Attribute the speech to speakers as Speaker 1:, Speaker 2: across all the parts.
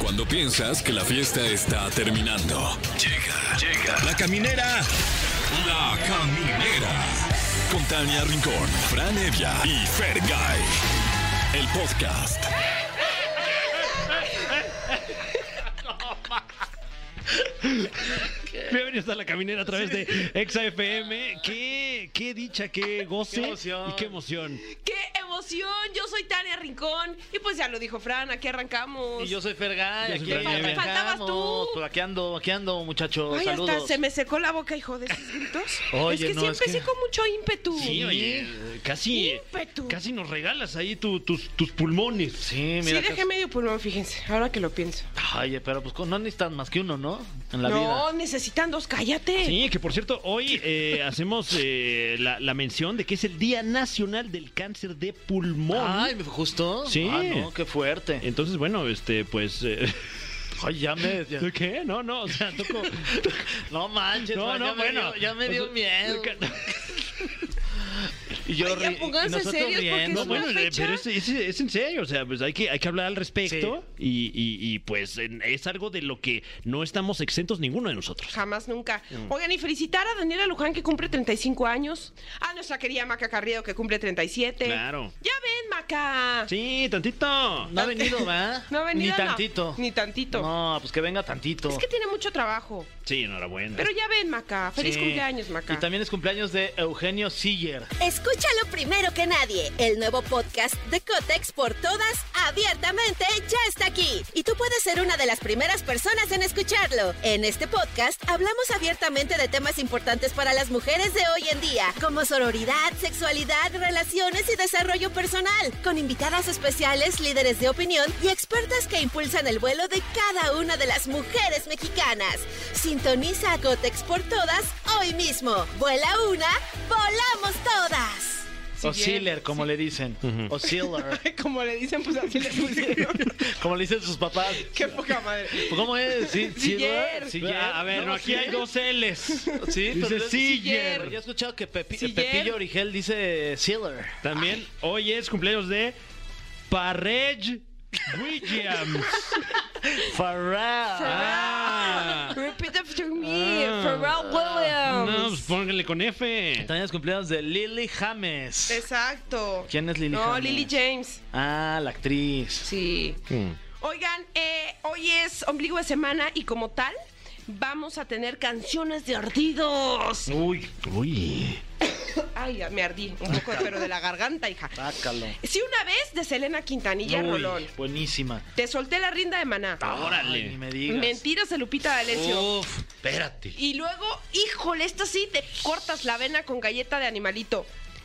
Speaker 1: Cuando piensas que la fiesta está terminando. Llega, llega. La caminera. La caminera. Con Tania Rincón, Fran Evia y Fer El podcast.
Speaker 2: Bienvenidos a la caminera a través de Exa FM. Qué, qué dicha, qué goce
Speaker 3: Qué emoción.
Speaker 2: y qué emoción.
Speaker 4: ¡Qué emoción! Yo soy Tania Rincón. Y pues ya lo dijo Fran, aquí arrancamos.
Speaker 3: Y yo soy Fergay,
Speaker 2: Yo
Speaker 3: aquí
Speaker 2: soy Fergay.
Speaker 3: arrancamos.
Speaker 4: Faltabas tú.
Speaker 3: Pues aquí ando, aquí ando, muchachos.
Speaker 4: Ay,
Speaker 3: Saludos.
Speaker 4: hasta se me secó la boca, hijo de esos gritos.
Speaker 3: Oye,
Speaker 4: es que
Speaker 3: no,
Speaker 4: sí
Speaker 3: es
Speaker 4: empecé
Speaker 3: que-
Speaker 4: con mucho ímpetu.
Speaker 2: Sí, oye, casi,
Speaker 4: Ímpetu.
Speaker 2: casi nos regalas ahí tu- tus, tus pulmones.
Speaker 3: Sí,
Speaker 4: Sí,
Speaker 3: mira. que-
Speaker 4: dejé medio pulmón, fíjense, ahora que lo pienso.
Speaker 3: Oye, pero pues no necesitas más que uno, ¿no? En la
Speaker 4: no,
Speaker 3: vida.
Speaker 4: necesitan dos, cállate.
Speaker 2: Sí, que por cierto, hoy eh, hacemos eh, la, la mención de que es el Día Nacional del Cáncer de Pulmón.
Speaker 3: Ay, me justo.
Speaker 2: Sí.
Speaker 3: Ah, no, qué fuerte.
Speaker 2: Entonces, bueno, este, pues... eh,
Speaker 3: Ay, ya me. ya-
Speaker 2: ¿Qué? No, no, o sea, toco...
Speaker 3: No manches,
Speaker 2: No,
Speaker 3: man,
Speaker 2: no,
Speaker 3: ya
Speaker 2: bueno. Pues,
Speaker 3: Me dio, ya me dio
Speaker 2: O sea,
Speaker 3: miedo. Y yo
Speaker 4: Ay, ya
Speaker 3: ri- y
Speaker 4: pónganse
Speaker 3: nosotros
Speaker 4: serios porque
Speaker 3: riendo.
Speaker 2: No,
Speaker 4: es una
Speaker 2: bueno, eh,
Speaker 4: fecha.
Speaker 2: pero es, es- es en serio, o sea, pues hay que, hay que hablar al respecto y, y- y, pues en- es algo de lo que no estamos exentos ninguno de nosotros.
Speaker 4: Jamás, nunca.
Speaker 3: Mm.
Speaker 4: Oigan, y felicitar a Daniela Luján que cumple 35 años, a nuestra querida Maca Carrillo que cumple 37.
Speaker 2: Claro.
Speaker 4: Ya ven, Maca.
Speaker 2: Sí, tantito.
Speaker 3: No ha venido, ¿verdad?
Speaker 4: No ha venido,
Speaker 3: Ni
Speaker 4: no.
Speaker 3: tantito.
Speaker 4: Ni tantito.
Speaker 3: No, pues que venga tantito.
Speaker 4: Es que tiene mucho trabajo.
Speaker 2: Sí, enhorabuena.
Speaker 4: Pero ya ven, Maca. Feliz
Speaker 3: Sí.
Speaker 4: cumpleaños, Maca.
Speaker 3: Y también es cumpleaños de Eugenio Siller.
Speaker 5: Escúchalo primero que nadie. El nuevo podcast de Cotex por todas, abiertamente, ya está aquí. Y tú puedes ser una de las primeras personas en escucharlo. En este podcast hablamos abiertamente de temas importantes para las mujeres de hoy en día, como sororidad, sexualidad, relaciones y desarrollo personal, con invitadas especiales, líderes de opinión y expertas que impulsan el vuelo de cada una de las mujeres mexicanas. Sintoniza a Cotex por todas hoy mismo. Vuela una, volamos todas.
Speaker 3: o Siller, como le dicen. O Siller.
Speaker 4: Como le dicen, pues así le pusieron.
Speaker 3: como le dicen sus papás.
Speaker 4: Qué poca madre.
Speaker 3: Pues, ¿Cómo es? Sí,
Speaker 4: Siller.
Speaker 3: Siller.
Speaker 2: Ah, a ver, no, aquí hay dos L's.
Speaker 3: Sí, pero
Speaker 2: Dice
Speaker 3: es-
Speaker 2: Siller.
Speaker 3: Pero Yo he escuchado que Pepi-
Speaker 4: Siller.
Speaker 3: Pepillo Origel dice Siller.
Speaker 2: También hoy es cumpleaños de Parrej Williams.
Speaker 3: Farrah.
Speaker 2: Ah.
Speaker 4: Repeat after me.
Speaker 2: Ah.
Speaker 4: Pharrell
Speaker 2: No, pues
Speaker 4: Williams.
Speaker 2: póngale con F.
Speaker 3: También es cumpleaños de Lily James.
Speaker 4: Exacto.
Speaker 3: ¿Quién es Lily
Speaker 4: No,
Speaker 3: James?
Speaker 4: Lily James.
Speaker 3: Ah, la actriz.
Speaker 4: Sí. Oigan, eh, hoy es ombligo de semana y como tal, vamos a tener canciones de ardidos.
Speaker 3: Uy,
Speaker 2: Uy.
Speaker 4: Ay, ya me ardí un poco, pero de la garganta, hija.
Speaker 3: sácalo.
Speaker 4: Sí, una vez de Selena Quintanilla
Speaker 3: Uy,
Speaker 4: Rolón.
Speaker 3: buenísima.
Speaker 4: Te solté la rinda de maná.
Speaker 2: Órale.
Speaker 3: Ay, ni me digas. Oh.
Speaker 4: Mentiras de Lupita D'Alessio.
Speaker 3: Uf, espérate.
Speaker 4: Y luego, híjole, esto sí te cortas la vena con galleta de animalito.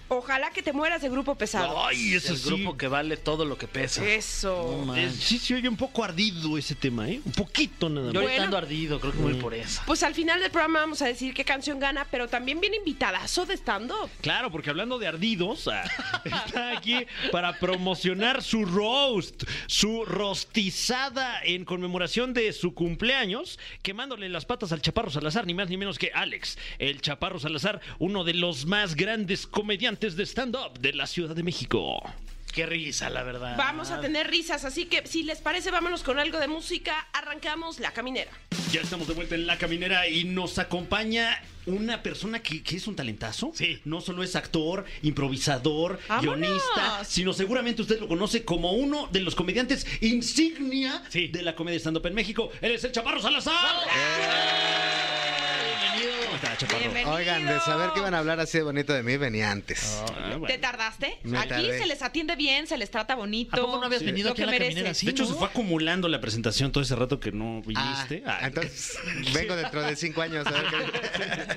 Speaker 4: Ojalá que te mueras de grupo pesado.
Speaker 2: Ay, eso
Speaker 3: el
Speaker 2: sí.
Speaker 3: grupo que vale todo lo que pesa. No
Speaker 4: Eso.
Speaker 2: Eh,
Speaker 3: manches.
Speaker 2: Sí se oye un poco ardido ese tema, ¿eh? Un poquito nada más.
Speaker 3: Yo ahorita
Speaker 4: Bueno.
Speaker 3: ando ardido, creo que me voy por esa.
Speaker 4: Pues al final del programa vamos a decir qué canción gana, pero también viene invitadazo de stand-up.
Speaker 2: Claro, porque hablando de ardidos, ah, está aquí para promocionar su roast, su rostizada en conmemoración de su cumpleaños, quemándole las patas al Chaparro Salazar, ni más ni menos que Alex, el Chaparro Salazar, uno de los más grandes comediantes de stand-up de la Ciudad de México.
Speaker 3: Qué risa, la verdad.
Speaker 4: Vamos a tener risas, así que si les parece, vámonos con algo de música. Arrancamos la caminera.
Speaker 2: Ya estamos de vuelta en La Caminera y nos acompaña una persona que, que es un talentazo.
Speaker 3: Sí.
Speaker 2: No solo es actor, improvisador,
Speaker 4: ¡Vámonos!
Speaker 2: guionista, sino seguramente usted lo conoce como uno de los comediantes insignia
Speaker 3: Sí.
Speaker 2: de la comedia stand-up en México. Él es el Chaparro Salazar.
Speaker 3: Bienvenido.
Speaker 2: ¿Cómo está, Chaparro?
Speaker 4: Bienvenido.
Speaker 6: Oigan, de saber que iban a hablar así de bonito de mí, venía antes.
Speaker 3: Oh,
Speaker 2: Ah, bueno.
Speaker 4: ¿Te tardaste?
Speaker 6: Me
Speaker 4: Aquí
Speaker 6: tardé.
Speaker 4: se les atiende bien, se les trata bonito.
Speaker 3: ¿A poco no habías
Speaker 4: Sí.
Speaker 3: venido
Speaker 4: Lo
Speaker 3: aquí
Speaker 4: que
Speaker 3: a la
Speaker 4: mereces.
Speaker 3: caminera? Sí,
Speaker 2: De hecho,
Speaker 3: ¿no?
Speaker 2: se fue acumulando la presentación todo ese rato que no
Speaker 6: Ah,
Speaker 2: viniste. Ay.
Speaker 6: entonces vengo dentro de cinco años. a ver qué-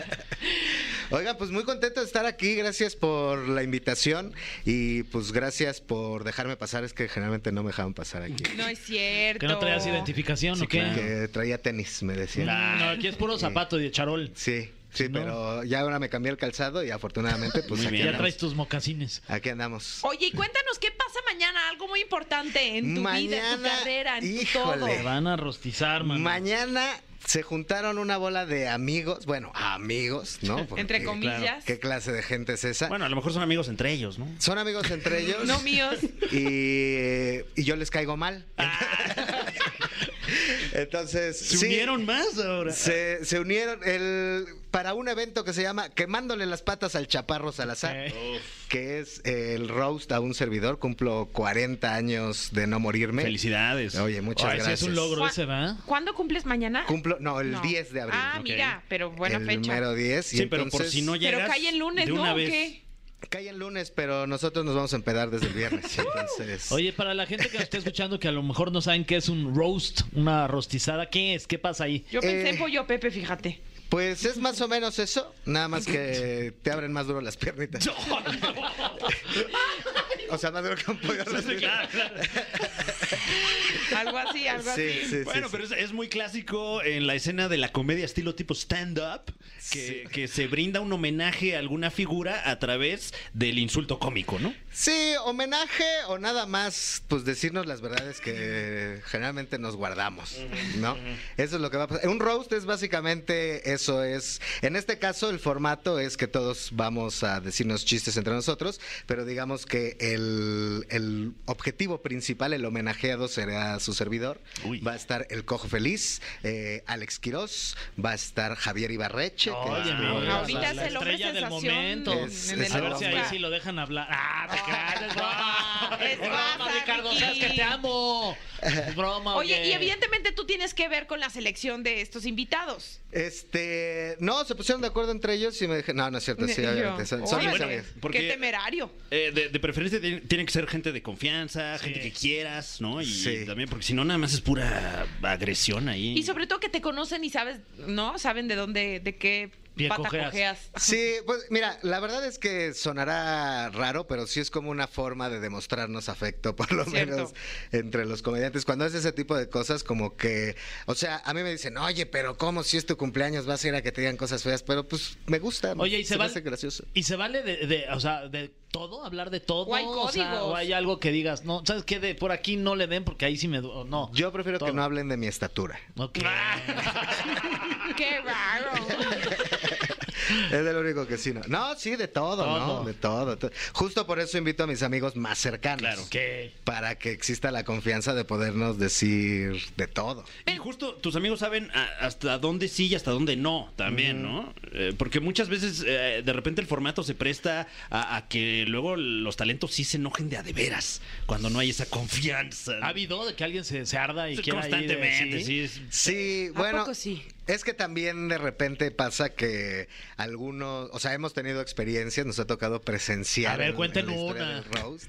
Speaker 6: Oigan, pues muy contento de estar aquí. Gracias por la invitación y pues gracias por dejarme pasar. Es que generalmente no me dejaban pasar aquí.
Speaker 4: No es cierto.
Speaker 3: ¿Que no traías identificación o qué?
Speaker 6: Que traía tenis, me decían.
Speaker 4: Ah.
Speaker 3: No, aquí es puro zapato de charol.
Speaker 6: Sí, sí,
Speaker 3: No.
Speaker 6: pero ya ahora me cambié el calzado y afortunadamente pues
Speaker 3: Muy
Speaker 6: aquí
Speaker 3: bien. Ya
Speaker 6: andamos.
Speaker 3: traes tus mocasines.
Speaker 6: Aquí andamos.
Speaker 4: Oye, y cuéntanos qué pasa mañana, algo muy importante en tu vida, en tu
Speaker 6: Mañana,
Speaker 4: carrera, en
Speaker 6: híjole.
Speaker 4: tu
Speaker 3: Te van a rostizar, man.
Speaker 6: Mañana se juntaron una bola de amigos, bueno, amigos, ¿no?
Speaker 4: todo. Entre comillas.
Speaker 6: ¿Qué clase de gente es esa?
Speaker 2: Bueno, a lo mejor son amigos entre ellos, ¿no?
Speaker 6: Son amigos entre ellos.
Speaker 4: No míos.
Speaker 6: y, y yo les caigo mal. Entonces.
Speaker 2: ¿Se
Speaker 6: sí,
Speaker 2: unieron más ahora?
Speaker 6: Se, se unieron el, para un evento que se llama Quemándole las patas al Chaparro Salazar, que es el roast a un servidor. Cumplo 40 años de no morirme.
Speaker 2: Felicidades.
Speaker 6: Oye, muchas
Speaker 3: Ay, sí,
Speaker 6: gracias.
Speaker 3: es un logro
Speaker 4: ¿Cuá-
Speaker 3: ese, ¿va?
Speaker 4: ¿Cuándo cumples mañana?
Speaker 6: Cumplo, no, el
Speaker 4: No.
Speaker 6: 10 de abril.
Speaker 4: Ah,
Speaker 2: Ok.
Speaker 4: mira, pero buena
Speaker 6: el
Speaker 4: fecha.
Speaker 6: mero 10. y
Speaker 2: sí, pero por
Speaker 6: entonces-
Speaker 2: si no
Speaker 4: Pero
Speaker 2: llegas.
Speaker 4: cae el lunes,
Speaker 2: de
Speaker 4: ¿no?
Speaker 2: una
Speaker 4: ¿O
Speaker 2: vez.
Speaker 4: qué?
Speaker 6: Cae el lunes, pero nosotros nos vamos a empedar desde el viernes. entonces.
Speaker 3: Oye, para la gente que nos está escuchando que a lo mejor no saben qué es un roast, una rostizada, ¿qué es? ¿Qué pasa ahí?
Speaker 4: Yo pensé
Speaker 6: Eh.
Speaker 4: en Pollo Pepe, fíjate.
Speaker 6: Pues es más o menos eso, nada más que te abren más duro las piernitas. o sea, más duro que un pollo.
Speaker 2: Claro, claro.
Speaker 4: Algo así, algo
Speaker 6: Sí,
Speaker 4: así.
Speaker 6: sí,
Speaker 2: Bueno,
Speaker 6: sí,
Speaker 2: pero es, es muy clásico en la escena de la comedia estilo tipo stand-up, que, que se brinda un homenaje a alguna figura a través del insulto cómico, ¿no?
Speaker 6: Sí, homenaje o nada más, pues decirnos las verdades que generalmente nos guardamos, ¿no? Eso es lo que va a pasar. Un roast es básicamente eso es. En este caso, el formato es que todos vamos a decirnos chistes entre nosotros, pero digamos que el, el objetivo principal, el homenajeado, será su servidor.
Speaker 2: Uy.
Speaker 6: Va a estar el Cojo Feliz, eh, Alex Quirós, va a estar Javier Ibarreche. que
Speaker 3: Oye,
Speaker 6: es-
Speaker 3: mi-
Speaker 2: Ahorita
Speaker 3: la-
Speaker 4: Ahorita
Speaker 3: la
Speaker 4: es el hombre
Speaker 3: estrella del
Speaker 4: sensación
Speaker 3: momento.
Speaker 6: Es-
Speaker 4: en el
Speaker 6: es
Speaker 3: A ver si ahí
Speaker 4: Oscar.
Speaker 3: sí lo dejan hablar. Ah, te creas, es broma.
Speaker 4: Es broma,
Speaker 3: Ricardo, sabes que
Speaker 4: Ricky.
Speaker 3: te amo. Es broma.
Speaker 4: Oye, y evidentemente tú tienes que ver con la selección de estos invitados.
Speaker 6: Este, no, se pusieron de acuerdo entre ellos y me dije, no, no es cierto, sí,
Speaker 4: Y yo,
Speaker 6: obviamente, son, son mis
Speaker 4: órale,
Speaker 6: amigos.
Speaker 2: porque-
Speaker 4: Qué temerario.
Speaker 2: Eh, de, de preferencia tiene tiene que ser gente de confianza, gente que quieras, ¿no? Y
Speaker 6: Sí.
Speaker 2: también, porque si no, nada más es pura agresión ahí.
Speaker 4: Y sobre todo que te conocen y sabes, ¿no? Saben de dónde, de qué
Speaker 3: Pie
Speaker 4: pata
Speaker 3: cojeas.
Speaker 4: cojeas.
Speaker 6: Sí, pues mira, la verdad es que sonará raro, pero sí es como una forma de demostrarnos afecto, por lo
Speaker 4: Cierto.
Speaker 6: menos entre los comediantes. Cuando haces ese tipo de cosas, como que, o sea, a mí me dicen, oye, pero ¿cómo si es tu cumpleaños vas a ir a que te digan cosas feas? Pero pues me gusta,
Speaker 3: Oye, y se,
Speaker 6: me
Speaker 3: vale.
Speaker 6: hace gracioso.
Speaker 3: Y se vale de, de- o sea, de todo, hablar de todo.
Speaker 4: O hay
Speaker 3: o sea,
Speaker 4: códigos.
Speaker 3: o hay algo que digas, no, ¿sabes qué? De por aquí no le den porque ahí sí me. du- o No.
Speaker 6: Yo prefiero
Speaker 3: Todo.
Speaker 6: que no hablen de mi estatura.
Speaker 3: Ok.
Speaker 4: Ah. Qué raro.
Speaker 6: Es de lo único que sí, ¿no? No, sí, de todo,
Speaker 3: Todo.
Speaker 6: ¿no? De todo. to- Justo por eso invito a mis amigos más cercanos.
Speaker 2: Claro.
Speaker 3: ¿Qué?
Speaker 6: Para que exista la confianza de podernos decir de todo.
Speaker 2: Y justo tus amigos saben a- hasta dónde sí y hasta dónde no también, ¿no? Eh, porque muchas veces eh, de repente el formato se presta a, a que luego los talentos sí se enojen de a de veras cuando no hay esa confianza.
Speaker 3: ¿Ha habido de que alguien se, se arda y quiera ir eh, de-
Speaker 2: Constantemente, sí. es-
Speaker 6: Sí,
Speaker 4: Eh, ¿A
Speaker 6: bueno.
Speaker 4: poco sí?
Speaker 6: Es que también de repente pasa que algunos, o sea, hemos tenido experiencias, nos ha tocado presenciar.
Speaker 3: A ver,
Speaker 6: en- en
Speaker 3: cuenten
Speaker 6: la historia
Speaker 3: una.
Speaker 6: del roast.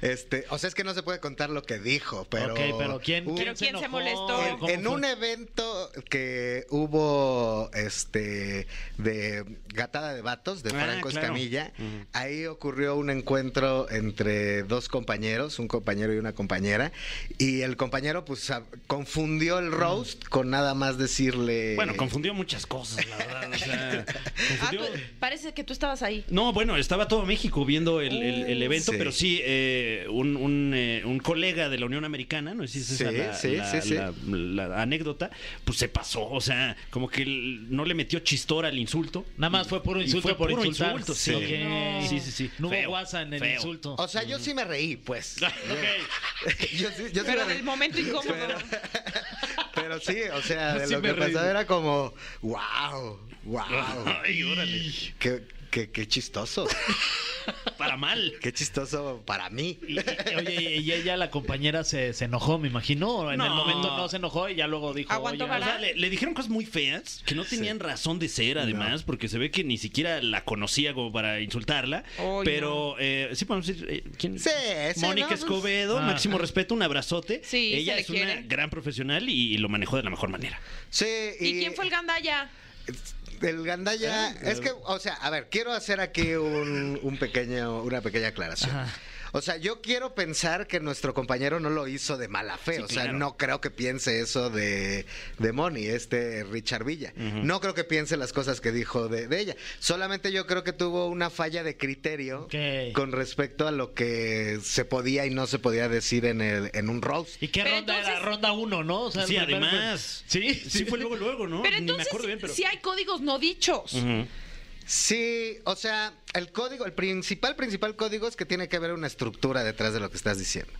Speaker 6: Este, o sea, es que no se puede contar lo que dijo, pero.
Speaker 3: Ok, pero ¿quién,
Speaker 6: hubo-
Speaker 4: Pero ¿quién se
Speaker 3: enojó?
Speaker 4: molestó?
Speaker 6: en-
Speaker 3: ¿Cómo
Speaker 6: en
Speaker 3: fue?
Speaker 6: un evento que hubo este de gatada de vatos de
Speaker 2: Ah,
Speaker 6: Franco
Speaker 2: claro.
Speaker 6: Escamilla, ahí ocurrió un encuentro entre dos compañeros, un compañero y una compañera, y el compañero pues a- confundió el roast con nada más decirle
Speaker 2: Bueno, confundió muchas cosas, la verdad. o sea,
Speaker 4: Ah,
Speaker 2: confundió-
Speaker 3: pues,
Speaker 4: tú- parece que tú estabas ahí.
Speaker 2: No, bueno, estaba todo México viendo el, el- el evento,
Speaker 6: Mm. Sí.
Speaker 2: pero sí, eh, un, un, eh, un colega de la Unión Americana, ¿no? Sí,
Speaker 6: Sí, sí, sí, sí.
Speaker 2: la anécdota, pues se pasó, o sea, como que él no le metió chistor al insulto.
Speaker 3: Nada más fue puro
Speaker 2: Y
Speaker 3: insulto
Speaker 2: fue
Speaker 3: por
Speaker 2: puro
Speaker 3: insultar.
Speaker 2: insulto, sí.
Speaker 3: Ok.
Speaker 2: No. Sí, sí, sí.
Speaker 3: No hubo
Speaker 2: Feo,
Speaker 3: guasa en el
Speaker 2: feo.
Speaker 3: insulto.
Speaker 6: O sea, yo sí me reí, pues. Yo sí, yo sí
Speaker 4: Pero
Speaker 6: me reí.
Speaker 4: del momento incómodo.
Speaker 6: Pero sí, o sea, de
Speaker 3: Sí
Speaker 6: lo
Speaker 3: me
Speaker 6: que
Speaker 3: reí.
Speaker 6: pasaba era como, wow, wow.
Speaker 2: Ay, órale.
Speaker 6: Qué, qué, qué chistoso,
Speaker 2: Para mal.
Speaker 6: qué chistoso para mí.
Speaker 3: Y- y- Oye, y ella, la compañera, se, se enojó, me imagino. o En el
Speaker 2: No.
Speaker 3: momento no se enojó y ya luego dijo.
Speaker 4: Aguantó
Speaker 3: oye,
Speaker 2: O sea,
Speaker 4: vara.
Speaker 2: le, le dijeron cosas muy feas que no tenían razón de ser, además, porque se ve que ni siquiera la conocía como para insultarla.
Speaker 4: Ay,
Speaker 2: pero eh, sí podemos decir eh, quién.
Speaker 6: Sí, sí,
Speaker 2: Mónica
Speaker 6: no, pues-
Speaker 2: Escobedo,
Speaker 3: Ah.
Speaker 2: máximo respeto, un abrazote.
Speaker 4: Sí,
Speaker 2: Ella
Speaker 4: se le
Speaker 2: es una
Speaker 4: quiere.
Speaker 2: gran profesional y, lo manejó de la mejor manera.
Speaker 6: Sí,
Speaker 4: ¿Y quién fue el gandalla?
Speaker 6: el
Speaker 3: Ah,
Speaker 6: gandalla, es que, o sea, a ver, quiero hacer aquí un, un pequeño, una pequeña aclaración. O sea, yo quiero pensar que nuestro compañero no lo hizo de mala fe. o sea, no creo que piense eso de, de Moni, este Richard Villa. No creo que piense las cosas que dijo de, de ella. Solamente yo creo que tuvo una falla de criterio
Speaker 3: Ok.
Speaker 6: con respecto a lo que se podía y no se podía decir en, el, en un roast.
Speaker 3: ¿Y qué
Speaker 4: Pero
Speaker 3: ronda era?
Speaker 4: entonces-
Speaker 3: Ronda 1, ¿no? O sea,
Speaker 2: Sí,
Speaker 3: el primer-
Speaker 2: además.
Speaker 3: Sí,
Speaker 2: Sí, fue luego, luego, ¿no?
Speaker 4: Pero
Speaker 2: Ni
Speaker 4: entonces,
Speaker 2: me acuerdo bien, pero.
Speaker 4: sí hay códigos no dichos.
Speaker 2: Ujú.
Speaker 6: Sí, o sea, el código, el principal, principal código es que tiene que haber una estructura detrás de lo que estás diciendo.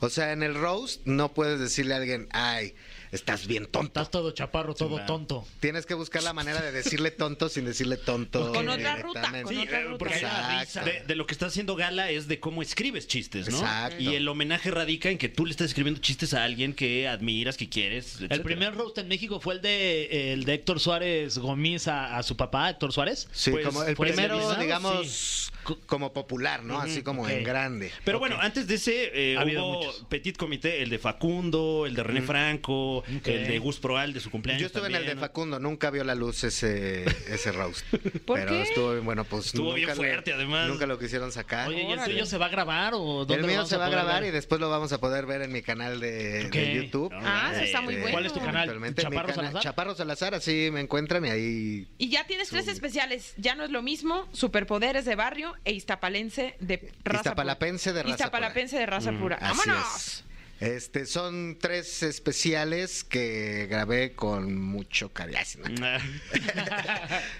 Speaker 6: O sea, en el roast no puedes decirle a alguien, ay, estás bien tonta.
Speaker 3: Estás todo chaparro, todo
Speaker 2: claro.
Speaker 3: tonto.
Speaker 6: Tienes que buscar la manera de decirle tonto sin decirle tonto.
Speaker 4: Con otra ruta,
Speaker 6: directamente.
Speaker 4: con otra
Speaker 2: eh,
Speaker 4: ruta.
Speaker 2: porque
Speaker 6: Exacto.
Speaker 2: de, de lo que está haciendo Gala es de cómo escribes chistes, ¿no?
Speaker 6: Exacto.
Speaker 2: Y el homenaje radica en que tú le estás escribiendo chistes a alguien que admiras, que quieres.
Speaker 3: El
Speaker 2: etcétera.
Speaker 3: primer roast en México fue el de, el de Héctor Suárez Gómez a, a su papá, Héctor Suárez.
Speaker 6: Sí,
Speaker 2: Pues,
Speaker 6: como el
Speaker 3: pues,
Speaker 6: primero,
Speaker 3: realizado,
Speaker 6: digamos, co- como popular, ¿no? Así como en
Speaker 3: ok.
Speaker 6: grande.
Speaker 2: Pero bueno, antes de ese eh,
Speaker 3: Ha habido
Speaker 2: hubo
Speaker 3: muchos. Mm.
Speaker 2: Petit Comité, el de Facundo, el de René Franco, el de Gus Proal de su cumpleaños.
Speaker 6: Yo estuve en el
Speaker 2: también, ¿no?
Speaker 6: de Facundo, nunca vio la luz ese, ese roast.
Speaker 4: ¿Por
Speaker 6: Pero
Speaker 4: qué?
Speaker 6: estuvo bien, bueno, pues
Speaker 2: Estuvo bien
Speaker 6: nunca lo-
Speaker 2: fuerte, además.
Speaker 6: Nunca lo quisieron sacar.
Speaker 3: Oye, ¿y el
Speaker 4: Órale.
Speaker 3: tuyo se va a grabar o dónde
Speaker 6: El
Speaker 3: lo
Speaker 6: mío
Speaker 3: vamos
Speaker 6: se va a
Speaker 3: poder
Speaker 6: grabar
Speaker 3: ver?
Speaker 6: y después lo vamos a poder ver en mi canal de,
Speaker 3: Ok.
Speaker 6: de YouTube.
Speaker 4: Ah, eso está muy
Speaker 6: Este,
Speaker 4: bueno.
Speaker 3: ¿Cuál es tu canal?
Speaker 6: actualmente en mi
Speaker 3: ¿Chaparro
Speaker 6: canal-
Speaker 3: Salazar?
Speaker 6: Chaparro Salazar, así me encuentran y ahí.
Speaker 4: Y ya tienes tres
Speaker 6: Sí.
Speaker 4: especiales. Ya no es lo mismo. Superpoderes de barrio e Iztapalense de raza
Speaker 6: Iztapalapense
Speaker 4: pura.
Speaker 6: de raza Mm,
Speaker 4: Iztapalapense de raza pura.
Speaker 6: Así
Speaker 4: ¡Vámonos!
Speaker 6: es. Este, son tres especiales que grabé con mucho cariño. Ay, sí, no.
Speaker 2: Ah,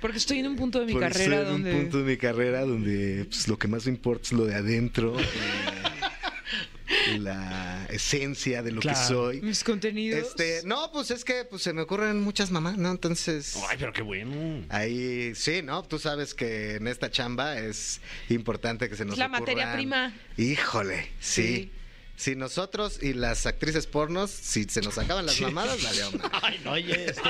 Speaker 4: Porque estoy en un punto de mi
Speaker 6: Por
Speaker 4: carrera
Speaker 6: ser
Speaker 4: donde...
Speaker 6: un punto de mi carrera donde pues, lo que más me importa es lo de adentro. eh, la esencia de lo
Speaker 3: Claro.
Speaker 6: que soy.
Speaker 4: Mis contenidos.
Speaker 6: Este, no, pues es que pues, se me ocurren muchas mamás, ¿no? Entonces.
Speaker 2: Ay, pero qué bueno.
Speaker 6: Ahí sí, ¿no? Tú sabes que en esta chamba es importante que se nos
Speaker 4: la materia
Speaker 6: ocurran-
Speaker 4: prima.
Speaker 6: Híjole, sí.
Speaker 4: Sí.
Speaker 6: Si nosotros y las actrices pornos, si se nos acaban las mamadas, la
Speaker 3: Ay, no, oye, este,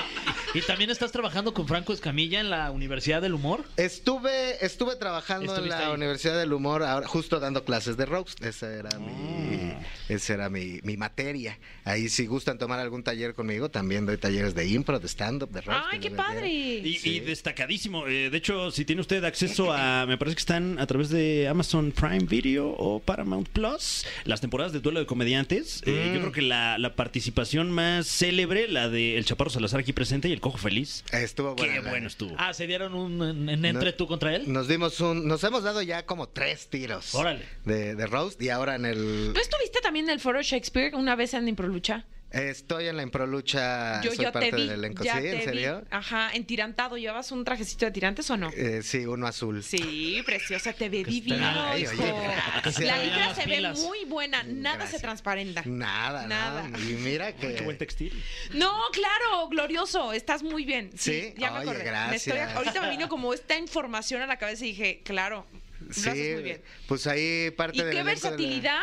Speaker 3: ¿Y también estás trabajando con Franco Escamilla en la Universidad del Humor?
Speaker 6: Estuve, estuve trabajando en
Speaker 3: Estuviste
Speaker 6: la
Speaker 3: ahí.
Speaker 6: Universidad del Humor, ahora, justo dando clases de roast. Esa era mi,
Speaker 2: Ah.
Speaker 6: esa era mi, mi materia. Ahí si gustan tomar algún taller conmigo, también doy talleres de impro, de stand-up, de roast.
Speaker 4: ¡Ay,
Speaker 6: de
Speaker 4: qué
Speaker 6: lo que
Speaker 4: padre!
Speaker 6: quiera.
Speaker 2: Y,
Speaker 6: Sí.
Speaker 2: y destacadísimo. Eh, de hecho, si tiene usted acceso a. Me parece que están a través de Amazon Prime Video o Paramount Plus. Las temporadas de Duelo de Comediantes. Eh,
Speaker 3: Mm.
Speaker 2: Yo creo que la, la participación más célebre, la de El Chaparro Salazar aquí presente y El Cojo Feliz.
Speaker 6: Estuvo buena
Speaker 2: qué
Speaker 6: la-
Speaker 2: bueno estuvo.
Speaker 3: Ah, ¿se dieron un en- en entre
Speaker 6: No.
Speaker 3: tú contra él?
Speaker 6: Nos dimos un, nos hemos dado ya como tres tiros.
Speaker 3: Órale.
Speaker 6: De, de roast y ahora en el,
Speaker 4: ¿Tú estuviste también en el foro Shakespeare una vez en Improlucha?
Speaker 6: estoy en la improlucha, Ah, soy parte del elenco.
Speaker 4: ya
Speaker 6: ¿Sí? ¿En
Speaker 4: te
Speaker 6: serio?
Speaker 4: vi. Ah. Ajá, en tirantado. ¿Llevabas un trajecito de tirantes o no?
Speaker 6: Eh, sí, uno azul.
Speaker 4: Sí, preciosa, te ve divino,
Speaker 6: Ay,
Speaker 4: hijo.
Speaker 6: oye, gracias.
Speaker 4: La
Speaker 3: Te vean
Speaker 4: letra
Speaker 3: las
Speaker 4: se
Speaker 3: pilas.
Speaker 4: ve muy buena, nada
Speaker 6: Gracias.
Speaker 4: se transparenta.
Speaker 6: Nada, nada.
Speaker 4: Nada.
Speaker 6: Y mira que.
Speaker 2: Qué buen textil.
Speaker 4: No, claro, glorioso, estás muy bien.
Speaker 6: ¿Sí?
Speaker 4: Sí, ya me
Speaker 6: Oye,
Speaker 4: acordé. Me
Speaker 6: gracias.
Speaker 4: estoy- ahorita me vino como esta información a la cabeza y dije, claro, lo
Speaker 6: Sí,
Speaker 4: haces muy bien.
Speaker 6: pues ahí parte
Speaker 4: Y qué
Speaker 6: del elenco de la-
Speaker 4: versatilidad.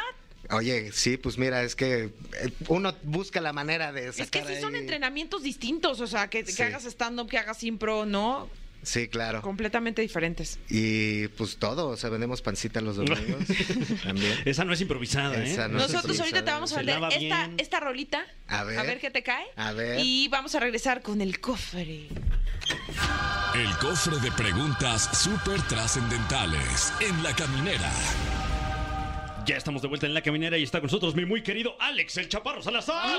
Speaker 6: Oye, sí, pues mira, es que eh, uno busca la manera de sacar
Speaker 4: Es que sí son
Speaker 6: ahí-
Speaker 4: entrenamientos distintos, o sea, que, que
Speaker 6: Sí.
Speaker 4: hagas stand-up, que hagas impro, ¿no?
Speaker 6: Sí, claro.
Speaker 4: Completamente diferentes.
Speaker 6: Y pues todo, o sea, vendemos pancita los domingos también.
Speaker 2: Esa no es improvisada, ¿eh?
Speaker 6: Esa no es
Speaker 4: Nosotros
Speaker 6: improvisada.
Speaker 4: ahorita te vamos
Speaker 2: Se
Speaker 4: a leer
Speaker 2: lava
Speaker 4: esta,
Speaker 2: bien.
Speaker 4: esta rolita.
Speaker 6: A ver.
Speaker 4: qué te cae.
Speaker 6: A ver.
Speaker 4: Y vamos a regresar con el cofre.
Speaker 1: El cofre de preguntas súper trascendentales en la caminera.
Speaker 2: Ya estamos de vuelta en la caminera y está con nosotros mi muy querido Alex el Chaparro Salazar.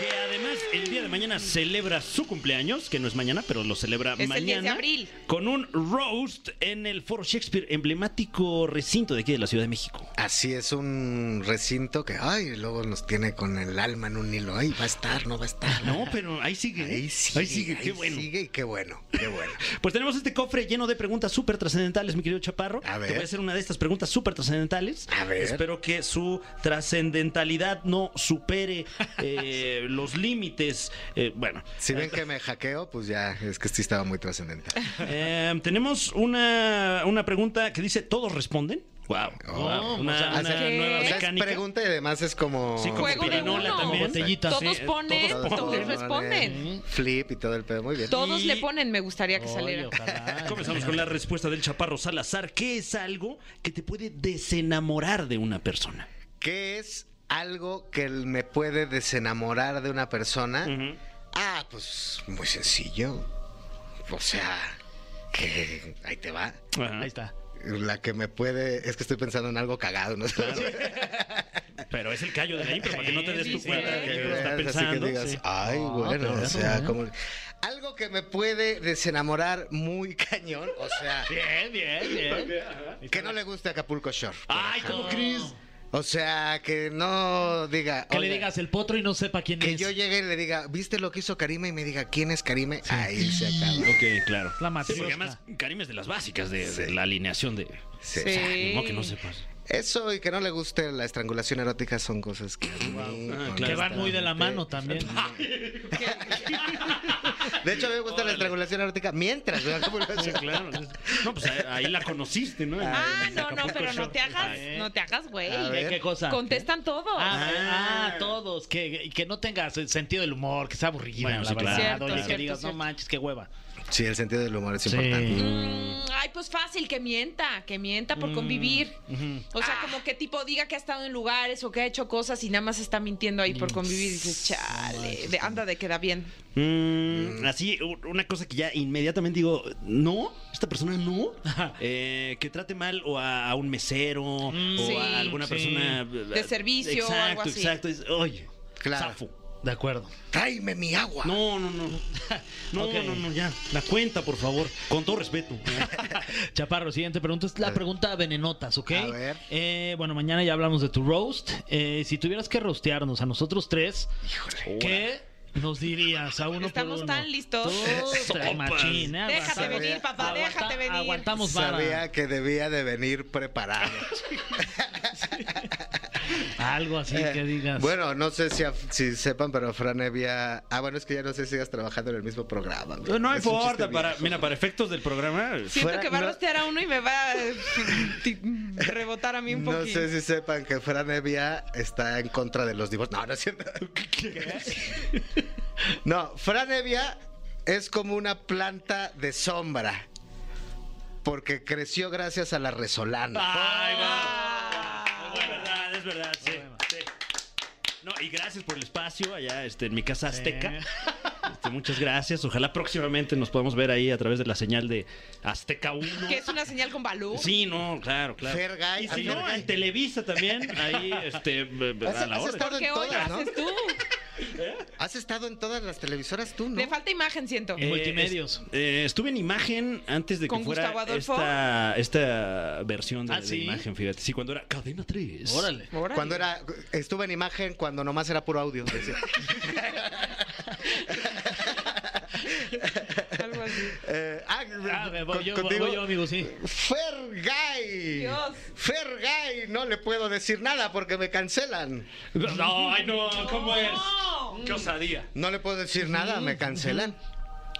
Speaker 2: Que además el día de mañana celebra su cumpleaños, que no es mañana, pero lo celebra
Speaker 4: Es el
Speaker 2: mañana.
Speaker 4: 10 de abril.
Speaker 2: Con un roast en el Foro Shakespeare, emblemático recinto de aquí de la Ciudad de México.
Speaker 6: Así es un recinto que, ay, luego nos tiene con el alma en un hilo. Ay, va a estar, no va a estar.
Speaker 2: No, pero ahí sigue.
Speaker 6: Ahí sigue,
Speaker 2: Ahí sigue, qué
Speaker 6: ahí
Speaker 2: bueno.
Speaker 6: sigue y qué bueno, qué bueno.
Speaker 2: Pues tenemos este cofre lleno de preguntas súper trascendentales, mi querido Chaparro.
Speaker 6: A ver.
Speaker 2: Te voy a hacer una de estas preguntas súper trascendentales.
Speaker 6: A ver.
Speaker 2: Espero que su trascendentalidad no supere eh, los límites. Eh, bueno,
Speaker 6: Si ven que me hackeo, pues ya, es que sí estaba muy trascendente.
Speaker 2: Eh, tenemos una, una pregunta que dice: ¿Todos responden? ¡Wow!
Speaker 6: Oh,
Speaker 2: una
Speaker 3: o sea,
Speaker 2: una
Speaker 6: ¿qué?
Speaker 2: nueva
Speaker 6: O sea, es
Speaker 2: mecánica.
Speaker 6: pregunta y además es como...
Speaker 2: Sí, como
Speaker 4: Juego de
Speaker 2: pirinola
Speaker 4: uno.
Speaker 2: también.
Speaker 3: Botellita.
Speaker 4: Todos
Speaker 2: Sí, eh,
Speaker 4: ponen,
Speaker 2: todos
Speaker 4: todos,
Speaker 2: ponen.
Speaker 4: responden.
Speaker 6: Flip y todo el pedo, muy bien.
Speaker 4: Todos
Speaker 2: Y-
Speaker 4: le ponen, me gustaría que
Speaker 3: Oye,
Speaker 4: saliera.
Speaker 3: ojalá.
Speaker 2: Comenzamos con la respuesta del Chaparro Salazar. ¿Qué es algo que te puede desenamorar de una persona?
Speaker 6: ¿Qué es algo que me puede desenamorar de una persona? Ah, pues muy sencillo. O sea, que ahí te va.
Speaker 2: Ajá.
Speaker 3: Ahí está.
Speaker 6: La que me puede. Es que estoy pensando en algo cagado, ¿no?
Speaker 2: Pero es el callo de la impro, para que no te des tu
Speaker 4: Sí,
Speaker 2: cuenta
Speaker 4: sí.
Speaker 2: de que lo
Speaker 6: veas,
Speaker 2: está
Speaker 6: así
Speaker 2: pensando.
Speaker 6: que digas, "Ah,
Speaker 2: sí.
Speaker 6: ay,
Speaker 4: Ah,
Speaker 6: bueno,
Speaker 3: pero
Speaker 6: o
Speaker 3: eso,
Speaker 6: sea,
Speaker 3: ¿eh?
Speaker 6: como... Algo que me puede desenamorar muy cañón, o sea,
Speaker 3: Bien, bien, bien.
Speaker 6: que no le guste Acapulco Shore. por
Speaker 3: Ay,
Speaker 6: ejemplo.
Speaker 3: ¿cómo crees?
Speaker 6: O sea, que no diga...
Speaker 3: Que le
Speaker 6: "Oiga,
Speaker 3: digas el potro y no sepa quién
Speaker 6: Que
Speaker 3: es.
Speaker 6: yo llegue y le diga, ¿viste lo que hizo Karime? Y me diga, ¿quién es Karime? Ahí se acaba.
Speaker 2: Ok, claro.
Speaker 3: La
Speaker 2: Sí,
Speaker 3: matrioshka.
Speaker 2: porque además Karim es de las básicas de, de la alineación de...
Speaker 6: Sí.
Speaker 2: O sea, ni modo que no sepas.
Speaker 6: Eso y que no le guste la estrangulación erótica son cosas que... a mí,
Speaker 2: Ah, claro.
Speaker 3: Que van muy de la
Speaker 6: honestamente,
Speaker 3: mano también.
Speaker 6: De hecho, a mí me gusta la estrangulación erótica mientras veo Acapulco
Speaker 2: Sí,
Speaker 6: Shore.
Speaker 2: claro. No, pues ahí, ahí la conociste, ¿no?
Speaker 4: Ah,
Speaker 2: En
Speaker 4: no, no,
Speaker 2: Acapulco
Speaker 4: pero no
Speaker 2: Shore.
Speaker 4: te hagas,
Speaker 3: Ay.
Speaker 4: no te hagas, güey.
Speaker 6: A ver.
Speaker 3: ¿Qué, qué cosa?
Speaker 4: Contestan todo.
Speaker 3: Ah, ah, todos, que, que no tengas el sentido del humor, que sea aburrido,
Speaker 2: Bueno,
Speaker 3: la
Speaker 2: sí,
Speaker 3: verdad.
Speaker 2: claro.
Speaker 4: Cierto,
Speaker 3: Oye, que
Speaker 4: cierto,
Speaker 3: digas,
Speaker 4: cierto.
Speaker 3: no manches, qué hueva.
Speaker 6: Sí, el sentido del humor es importante.
Speaker 4: Mm, ay, pues fácil, que mienta, que mienta
Speaker 6: Mm,
Speaker 4: por convivir. O sea, como que tipo diga que ha estado en lugares o que ha hecho cosas y nada más está mintiendo ahí
Speaker 6: Mm,
Speaker 4: por convivir. Y dices, chale, de- anda de queda bien.
Speaker 2: Mm, así, u- una cosa que ya inmediatamente digo, no, esta persona no. Eh, que trate mal o a, a un mesero
Speaker 3: Mm,
Speaker 2: o
Speaker 4: sí,
Speaker 2: a alguna
Speaker 3: sí.
Speaker 2: persona... eh,
Speaker 4: De servicio o
Speaker 2: Exacto,
Speaker 4: algo así.
Speaker 2: exacto. Es- Oye,
Speaker 6: Claro.
Speaker 2: zafo.
Speaker 3: De acuerdo.
Speaker 6: ¡Tráeme mi agua!
Speaker 2: No, no, no. No,
Speaker 3: Ok.
Speaker 2: no, no, ya. La cuenta, por favor. Con todo respeto.
Speaker 3: Chaparro, siguiente pregunta. Es la pregunta venenotas, ¿ok?
Speaker 6: Eh. A ver.
Speaker 3: Eh, bueno, mañana ya hablamos de tu roast. Eh, si tuvieras que rostearnos a nosotros tres, ¿qué nos dirías a uno
Speaker 4: Estamos
Speaker 3: por uno?
Speaker 4: tan listos.
Speaker 3: Tú, trae machín, ¿eh?
Speaker 4: Déjate
Speaker 3: Aguanta-
Speaker 4: venir, papá, déjate venir.
Speaker 3: Aguantamos vara.
Speaker 6: Sabía que debía de venir preparado.
Speaker 3: Algo así que digas.
Speaker 6: Eh, Bueno, no sé si, a- si sepan, pero Fran había... Ah, bueno, es que ya no sé si sigas trabajando en el mismo programa.
Speaker 2: No, no
Speaker 6: Es un chiste
Speaker 2: importa, para,
Speaker 6: viejo.
Speaker 2: mira, para efectos del programa.
Speaker 4: Siento
Speaker 6: Fuera-
Speaker 4: que va a
Speaker 6: no-
Speaker 4: rostear a uno y me va a eh, ti- rebotar a mí un
Speaker 6: No
Speaker 4: poquito.
Speaker 6: sé si sepan que Fran Evia está en contra de los divorcios. No, no es cierto. No, Fran Evia es como una planta de sombra. Porque creció gracias a la resolana.
Speaker 2: Ay, va. Es verdad, es verdad, sí. sí. No, y gracias por el espacio allá este, en mi casa azteca. Este, muchas gracias. Ojalá próximamente nos podamos ver ahí a través de la señal de Azteca 1.
Speaker 4: Que es una señal con balú.
Speaker 2: Sí, no, claro, claro.
Speaker 6: Fergay,
Speaker 2: y si
Speaker 6: a
Speaker 2: no,
Speaker 6: Fergay.
Speaker 2: en Televisa también, ahí este, a
Speaker 6: Has-
Speaker 2: la Eh,
Speaker 6: has
Speaker 2: hora.
Speaker 6: estado
Speaker 4: Porque
Speaker 6: en
Speaker 4: hoy lo
Speaker 6: todas, ¿no?
Speaker 4: haces tú.
Speaker 6: Has estado en todas las televisoras tú, ¿no?
Speaker 4: Le falta imagen, siento.
Speaker 3: Eh, multimedios.
Speaker 2: es- eh, estuve en imagen antes de que
Speaker 4: ¿Con
Speaker 2: fuera
Speaker 4: Gustavo Adolfo?
Speaker 2: esta, esta versión de,
Speaker 3: ¿Ah,
Speaker 2: de
Speaker 3: sí?
Speaker 2: imagen, fíjate. Sí, cuando era Cadena 3.
Speaker 3: Órale.
Speaker 4: Órale.
Speaker 6: Cuando era, estuve en imagen cuando nomás era puro audio. decía.
Speaker 4: Algo así.
Speaker 6: Eh, ah,
Speaker 3: Ah, me voy,
Speaker 6: con-
Speaker 3: yo,
Speaker 6: contigo.
Speaker 3: voy yo, amigo, sí.
Speaker 6: Fergay.
Speaker 4: Dios.
Speaker 6: Fergay, no le puedo decir nada porque me cancelan.
Speaker 2: No, ay, no, ¿cómo
Speaker 4: No.
Speaker 2: es? Qué osadía.
Speaker 6: No le puedo decir nada, me cancelan.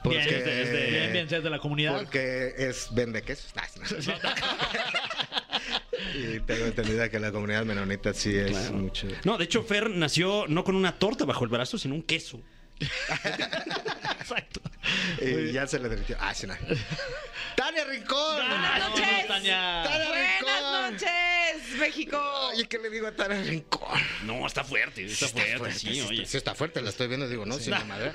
Speaker 2: Bien, es de- es de-
Speaker 3: Bien, bien, ser de la comunidad.
Speaker 6: Porque es vende quesos. Nah, no. y tengo entendida que la comunidad menonita sí es mucho.
Speaker 2: No, de hecho, Fer nació no con una torta bajo el brazo, sino un queso.
Speaker 3: Exacto.
Speaker 6: Y ya se le derritió. Ah, sí, no. ¡Tania Rincón!
Speaker 4: Buenas noches.
Speaker 3: Tania.
Speaker 6: ¡Tania
Speaker 4: Buenas
Speaker 6: Rincón!
Speaker 4: noches, México.
Speaker 6: Oye, ¿qué le digo a Tania Rincón?
Speaker 2: No, está fuerte, está, fuerte, sí,
Speaker 6: está-
Speaker 2: oye.
Speaker 6: sí está fuerte, la estoy viendo, digo, no, sí, no, madre.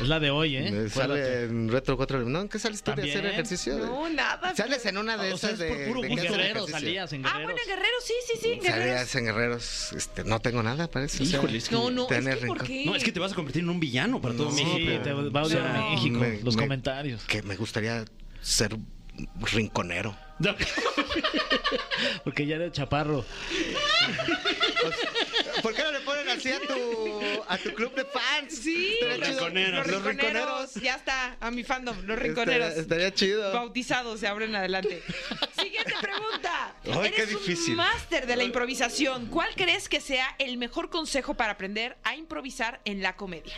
Speaker 3: Es la de hoy, ¿eh?
Speaker 6: Me
Speaker 3: Acuérdate.
Speaker 6: Sale en Retro 4. No, ¿en qué sales tú de
Speaker 3: También.
Speaker 6: hacer ejercicio?
Speaker 4: No, nada.
Speaker 6: Sales en una de
Speaker 3: Ah, O sea,
Speaker 6: esas
Speaker 3: es
Speaker 6: de,
Speaker 3: por puro
Speaker 6: de
Speaker 3: gusto.
Speaker 6: que hacen
Speaker 3: Guerrero,
Speaker 6: ejercicio.
Speaker 3: salías en
Speaker 4: Ah,
Speaker 3: Guerrero.
Speaker 4: bueno, en Guerrero, sí, sí, sí, en Guerrero.
Speaker 6: Salías en guerreros, este, no tengo nada, parece. o sea,
Speaker 2: Híjole, es que...
Speaker 4: No, no, es
Speaker 6: Tener
Speaker 4: que ¿por
Speaker 6: rincón.
Speaker 4: qué?
Speaker 2: No, es que te vas a convertir en un villano para todo
Speaker 6: No,
Speaker 2: México.
Speaker 3: Sí,
Speaker 6: pero-
Speaker 3: te va a odiar
Speaker 4: No.
Speaker 3: México.
Speaker 6: Me-
Speaker 3: los
Speaker 6: me-
Speaker 3: comentarios.
Speaker 6: Que me gustaría ser rinconero.
Speaker 3: Porque ya era chaparro.
Speaker 6: ¿Por qué no le ponen así a tu, a tu club de fans?
Speaker 4: Ah, Sí,
Speaker 6: Estaría
Speaker 4: los
Speaker 6: chido.
Speaker 4: los
Speaker 2: rinconeros.
Speaker 6: Los
Speaker 4: rinconeros. Ya está, a mi fandom, los rinconeros.
Speaker 6: Estaría, estaría chido.
Speaker 4: Bautizados de ahora en adelante. Siguiente pregunta.
Speaker 6: Ay, qué
Speaker 4: Eres
Speaker 6: difícil.
Speaker 4: un máster de la improvisación. ¿Cuál crees que sea el mejor consejo para aprender a improvisar en la comedia?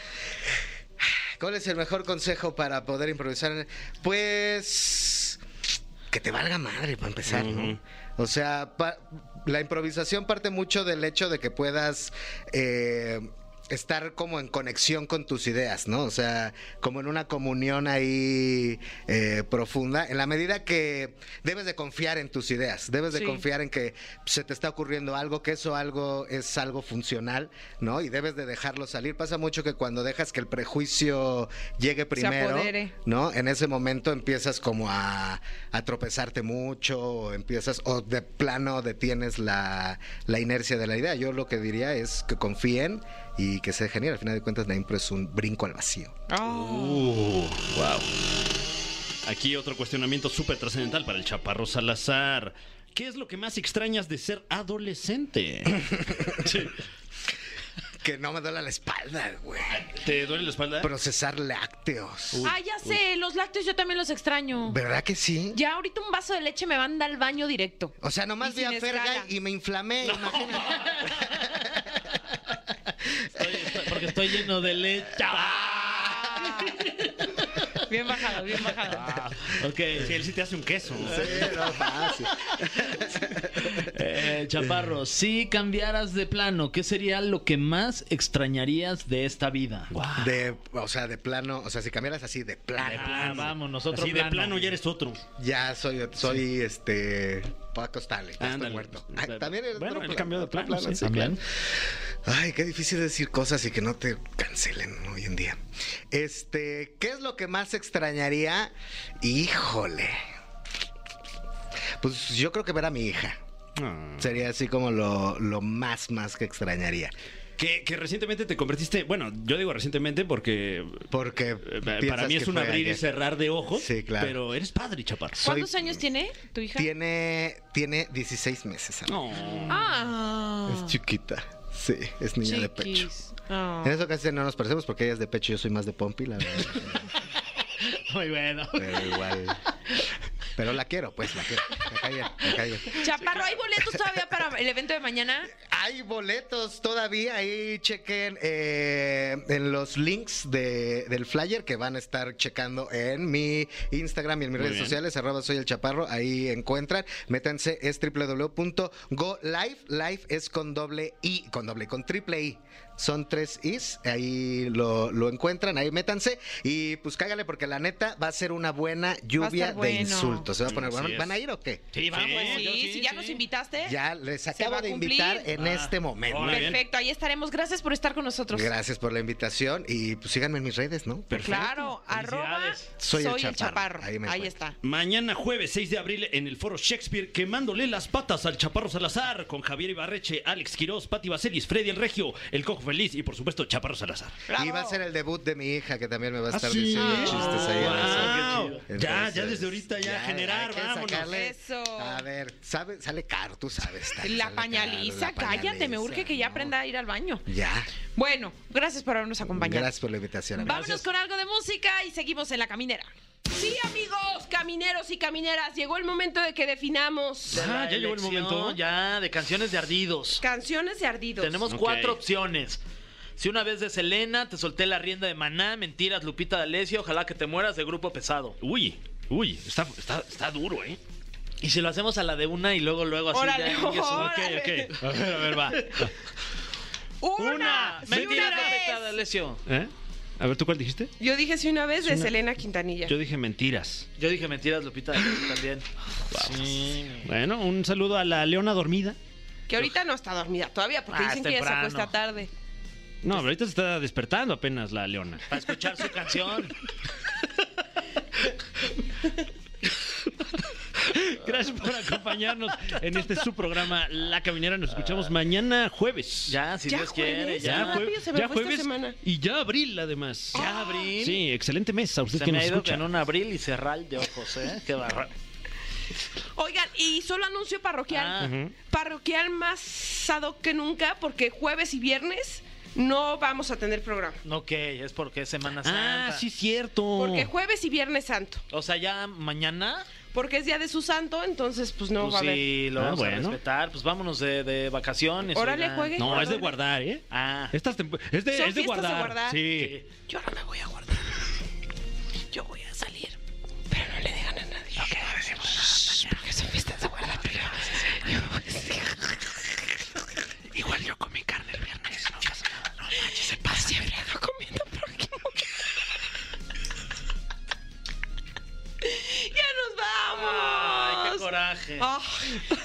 Speaker 6: ¿Cuál es el mejor consejo para poder improvisar? Pues que te valga madre para empezar, ¿no? O sea, pa- la improvisación parte mucho del hecho de que puedas eh, estar como en conexión con tus ideas, ¿no? O sea, como en una comunión ahí eh, profunda, en la medida que debes de confiar en tus ideas, debes de
Speaker 4: Sí.
Speaker 6: confiar en que se te está ocurriendo algo, que eso algo es algo funcional, ¿no? Y debes de dejarlo salir. Pasa mucho que cuando dejas que el prejuicio llegue primero,
Speaker 4: apodere.
Speaker 6: ¿no? En ese momento empiezas como a, a tropezarte mucho, o empiezas, o de plano detienes la, la inercia de la idea. Yo lo que diría es que confíen y que se dejen ir. Al final de cuentas, la impro es un brinco al vacío. Oh.
Speaker 4: Oh.
Speaker 2: Uh, wow. Aquí otro cuestionamiento súper trascendental para el chaparro Salazar. ¿Qué es lo que más extrañas de ser adolescente? Sí.
Speaker 6: Que no me duela la espalda, güey.
Speaker 2: ¿Te duele la espalda?
Speaker 6: Procesar lácteos.
Speaker 4: Ah, ya sé, los lácteos yo también los extraño.
Speaker 6: ¿Verdad que sí?
Speaker 4: Ya ahorita un vaso de leche me manda al baño directo.
Speaker 6: O sea, nomás
Speaker 4: Y
Speaker 6: vi
Speaker 4: sin
Speaker 6: a Fergay
Speaker 4: escala.
Speaker 6: y me inflamé, imagínate.
Speaker 3: Porque estoy lleno de leche.
Speaker 4: Bien bajado, bien bajado.
Speaker 3: Ok.
Speaker 2: Si él sí te hace un queso.
Speaker 6: Sí, no, fácil.
Speaker 3: Eh, Chaparro, si cambiaras de plano, ¿qué sería lo que más extrañarías de esta vida?
Speaker 6: De, o sea, de plano, o sea, si cambiaras así de plano,
Speaker 3: Ah, vamos, nosotros
Speaker 2: Si de plano ya eres otro.
Speaker 6: ya soy, soy este Paco Stanley, ya estoy
Speaker 2: Ándale.
Speaker 6: muerto. Ay, también eres
Speaker 2: Bueno,
Speaker 6: otro
Speaker 2: el cambio de
Speaker 6: otro
Speaker 2: plano, sí,
Speaker 6: sí,
Speaker 3: También.
Speaker 6: Ay, qué difícil decir cosas y que no te cancelen hoy en día. Este, ¿qué es lo que más extrañaría? Híjole. Pues yo creo que ver a mi hija.
Speaker 2: Ah.
Speaker 6: Sería así como lo, lo más, más que extrañaría.
Speaker 2: Que, que recientemente te convertiste, bueno, yo digo recientemente porque
Speaker 6: Porque
Speaker 2: eh, para
Speaker 6: piensas
Speaker 2: mí es
Speaker 6: que
Speaker 2: un
Speaker 6: fue
Speaker 2: abrir y
Speaker 6: ayer.
Speaker 2: cerrar de ojos,
Speaker 6: Sí, claro.
Speaker 2: pero eres padre, chaparro.
Speaker 6: Soy-
Speaker 4: ¿Cuántos años tiene tu hija?
Speaker 6: Tiene, tiene 16 meses. amigo.
Speaker 2: No.
Speaker 4: Ah.
Speaker 6: Es chiquita. Sí, es niña de pecho.
Speaker 4: chiquis. Ah.
Speaker 6: En eso casi no nos parecemos porque ella es de pecho y yo soy más de pompi, la verdad.
Speaker 3: Muy bueno.
Speaker 6: Pero igual. Pero la quiero, pues, la quiero. Me cae bien, me cae bien.
Speaker 4: Chaparro, ¿hay boletos todavía para el evento de mañana?
Speaker 6: Hay boletos todavía, ahí chequen eh, en los links de- del flyer que van a estar checando en mi Instagram y en mis redes
Speaker 2: bien.
Speaker 6: sociales, arroba soy el chaparro, ahí encuentran, métanse, es www.golive, live es con doble i, con doble, con triple i, son tres is, ahí lo, lo encuentran, ahí métanse y pues cágale porque la neta va a ser una buena lluvia
Speaker 4: bueno.
Speaker 6: de insultos, se va a poner
Speaker 2: Así
Speaker 6: bueno,
Speaker 2: es.
Speaker 6: ¿van a ir o qué?
Speaker 3: Sí, vamos.
Speaker 4: Pues sí,
Speaker 3: yo
Speaker 4: si ya nos invitaste.
Speaker 6: Ya les
Speaker 4: Eh, va
Speaker 6: acabo
Speaker 4: a
Speaker 6: de
Speaker 4: cumplir.
Speaker 6: invitar en
Speaker 2: Ah,
Speaker 6: este momento.
Speaker 2: Muy bien.
Speaker 4: Perfecto, ahí estaremos. Gracias por estar con nosotros.
Speaker 6: Gracias por la invitación y pues síganme en mis redes, ¿no?
Speaker 2: Perfecto.
Speaker 4: Claro, arroba
Speaker 3: Felicidades.
Speaker 6: Soy el
Speaker 4: el
Speaker 6: Chaparro.
Speaker 4: chaparro.
Speaker 6: Ahí me
Speaker 4: Ahí
Speaker 6: encuentran.
Speaker 4: está.
Speaker 2: Mañana jueves 6 de abril en el foro Shakespeare quemándole las patas al Chaparro Salazar con Javier Ibarreche, Alex Quirós, Pati Vaselis, Freddy El Regio, El Cojo Feliz y por supuesto Chaparro Salazar.
Speaker 6: Y va a ser el debut de mi hija que también me va a estar
Speaker 2: ¿Ah, sí?
Speaker 6: diciendo chistes ahí. en eso.
Speaker 2: Wow. Ya,
Speaker 6: Entonces,
Speaker 2: ya desde ahorita ya,
Speaker 6: hay
Speaker 2: generar,
Speaker 6: que
Speaker 2: vámonos.
Speaker 6: sacarle-
Speaker 4: Eso.
Speaker 6: A ver, sabe, sale caro, tú sabes. tal,
Speaker 4: La
Speaker 6: sale
Speaker 4: pañaliza,
Speaker 6: caro, la
Speaker 4: cállate, me
Speaker 6: pañaliza,
Speaker 4: urge que ya
Speaker 6: ¿no?
Speaker 4: aprenda a ir al baño.
Speaker 6: Ya.
Speaker 4: Bueno, gracias por habernos acompañado.
Speaker 6: Gracias por la invitación. amigo.
Speaker 4: Vámonos con algo de música y seguimos en la caminera.
Speaker 7: Sí, amigos, camineros y camineras, llegó el momento de que definamos
Speaker 2: Ah,
Speaker 8: La
Speaker 2: ya llegó el
Speaker 8: elección
Speaker 2: momento.
Speaker 8: Ya, de canciones de ardidos.
Speaker 7: canciones de ardidos.
Speaker 8: Tenemos
Speaker 2: Ok.
Speaker 8: cuatro opciones. Si una vez de Selena, te solté la rienda de Maná, mentiras, Lupita D'Alessio, ojalá que te mueras de grupo pesado.
Speaker 2: Uy, uy, está, está, está duro, ¿eh?
Speaker 8: Y si lo hacemos a la de una y luego, luego así.
Speaker 7: Órale,
Speaker 8: ya, chingue su-
Speaker 7: órale.
Speaker 8: Ok, ok. A ver, a ver, va.
Speaker 7: Una,
Speaker 8: Una, mentiras,
Speaker 7: una vez.
Speaker 8: Lupita D'Alessio.
Speaker 2: ¿Eh? A ver, ¿tú cuál dijiste?
Speaker 7: Yo dije sí una vez de Selena Quintanilla.
Speaker 2: Yo dije mentiras.
Speaker 8: Yo dije mentiras, Lupita D'Alessio también.
Speaker 2: Bueno, un saludo a la leona dormida.
Speaker 7: Que ahorita no está dormida todavía, porque
Speaker 8: Ah,
Speaker 7: dicen
Speaker 8: es
Speaker 7: que ya se
Speaker 8: temprano.
Speaker 7: acuesta tarde.
Speaker 2: No, pero ahorita se está despertando apenas la leona.
Speaker 8: Para escuchar su canción.
Speaker 2: Gracias por acompañarnos en este su programa La Caminera. Nos escuchamos mañana jueves.
Speaker 8: Ya, si
Speaker 7: Ya Ah.
Speaker 8: Dios quiere,
Speaker 7: jueves,
Speaker 8: ya.
Speaker 2: Ya,
Speaker 7: rápido
Speaker 2: jue-
Speaker 7: se me
Speaker 2: ya
Speaker 7: fue esta
Speaker 2: jueves
Speaker 7: semana.
Speaker 2: y ya abril además.
Speaker 3: Ah,
Speaker 8: Ya abril.
Speaker 2: Sí, excelente mes a usted
Speaker 8: Se
Speaker 2: que
Speaker 8: me
Speaker 2: nos
Speaker 8: ha ido
Speaker 2: escucha.
Speaker 8: en un abril y cerral de ojos, ¿eh? Qué barra.
Speaker 7: Oigan, y solo anuncio parroquial.
Speaker 8: Ah.
Speaker 2: Ujú.
Speaker 7: Parroquial más ad hoc que nunca, porque jueves y viernes no vamos a tener programa.
Speaker 8: No, que es porque es Semana Santa.
Speaker 2: Ah, sí
Speaker 8: Oh.
Speaker 2: cierto.
Speaker 7: Porque jueves y viernes santo.
Speaker 8: O sea, ya mañana,
Speaker 7: Porque es día de su santo, entonces pues no va
Speaker 8: pues
Speaker 7: a haber.
Speaker 8: sí, lo
Speaker 2: Ah,
Speaker 8: vamos
Speaker 2: bueno.
Speaker 8: a respetar. Pues vámonos de, de vacaciones.
Speaker 7: Órale,
Speaker 8: oigan.
Speaker 7: juegue.
Speaker 2: No, es de guardar, ¿eh?
Speaker 8: Ah,
Speaker 2: Estas tempo- es de,
Speaker 7: Son
Speaker 2: es
Speaker 7: fiestas de
Speaker 2: de guardar.
Speaker 7: guardar.
Speaker 2: Sí.
Speaker 7: Yo no me voy a guardar. Yo voy a salir. Pero no le digan a nadie. No quiero decimos nada. Porque son fiestas de guardar. Pero... Igual yo comí carne el viernes. No pasa nada. No manches, se
Speaker 3: coraje.
Speaker 4: Ah,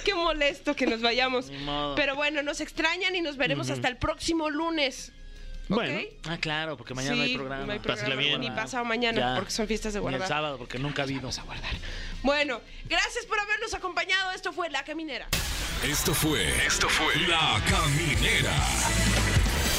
Speaker 4: qué molesto que nos vayamos.
Speaker 3: Ni modo.
Speaker 4: Pero bueno, nos extrañan y nos veremos hasta el próximo lunes. ¿ok?
Speaker 2: Bueno,
Speaker 3: Ah, claro, porque mañana no
Speaker 4: Sí,
Speaker 3: hay programa.
Speaker 4: no hay
Speaker 2: Pásala
Speaker 4: programa,
Speaker 2: bien.
Speaker 4: Ni pasado mañana,
Speaker 3: Ya.
Speaker 4: porque son fiestas de
Speaker 3: Ni el
Speaker 4: guardar.
Speaker 3: sábado, porque nunca ha habido.
Speaker 4: Bueno, gracias por habernos acompañado. Esto fue La Caminera.
Speaker 1: Esto fue. Esto fue. La Caminera.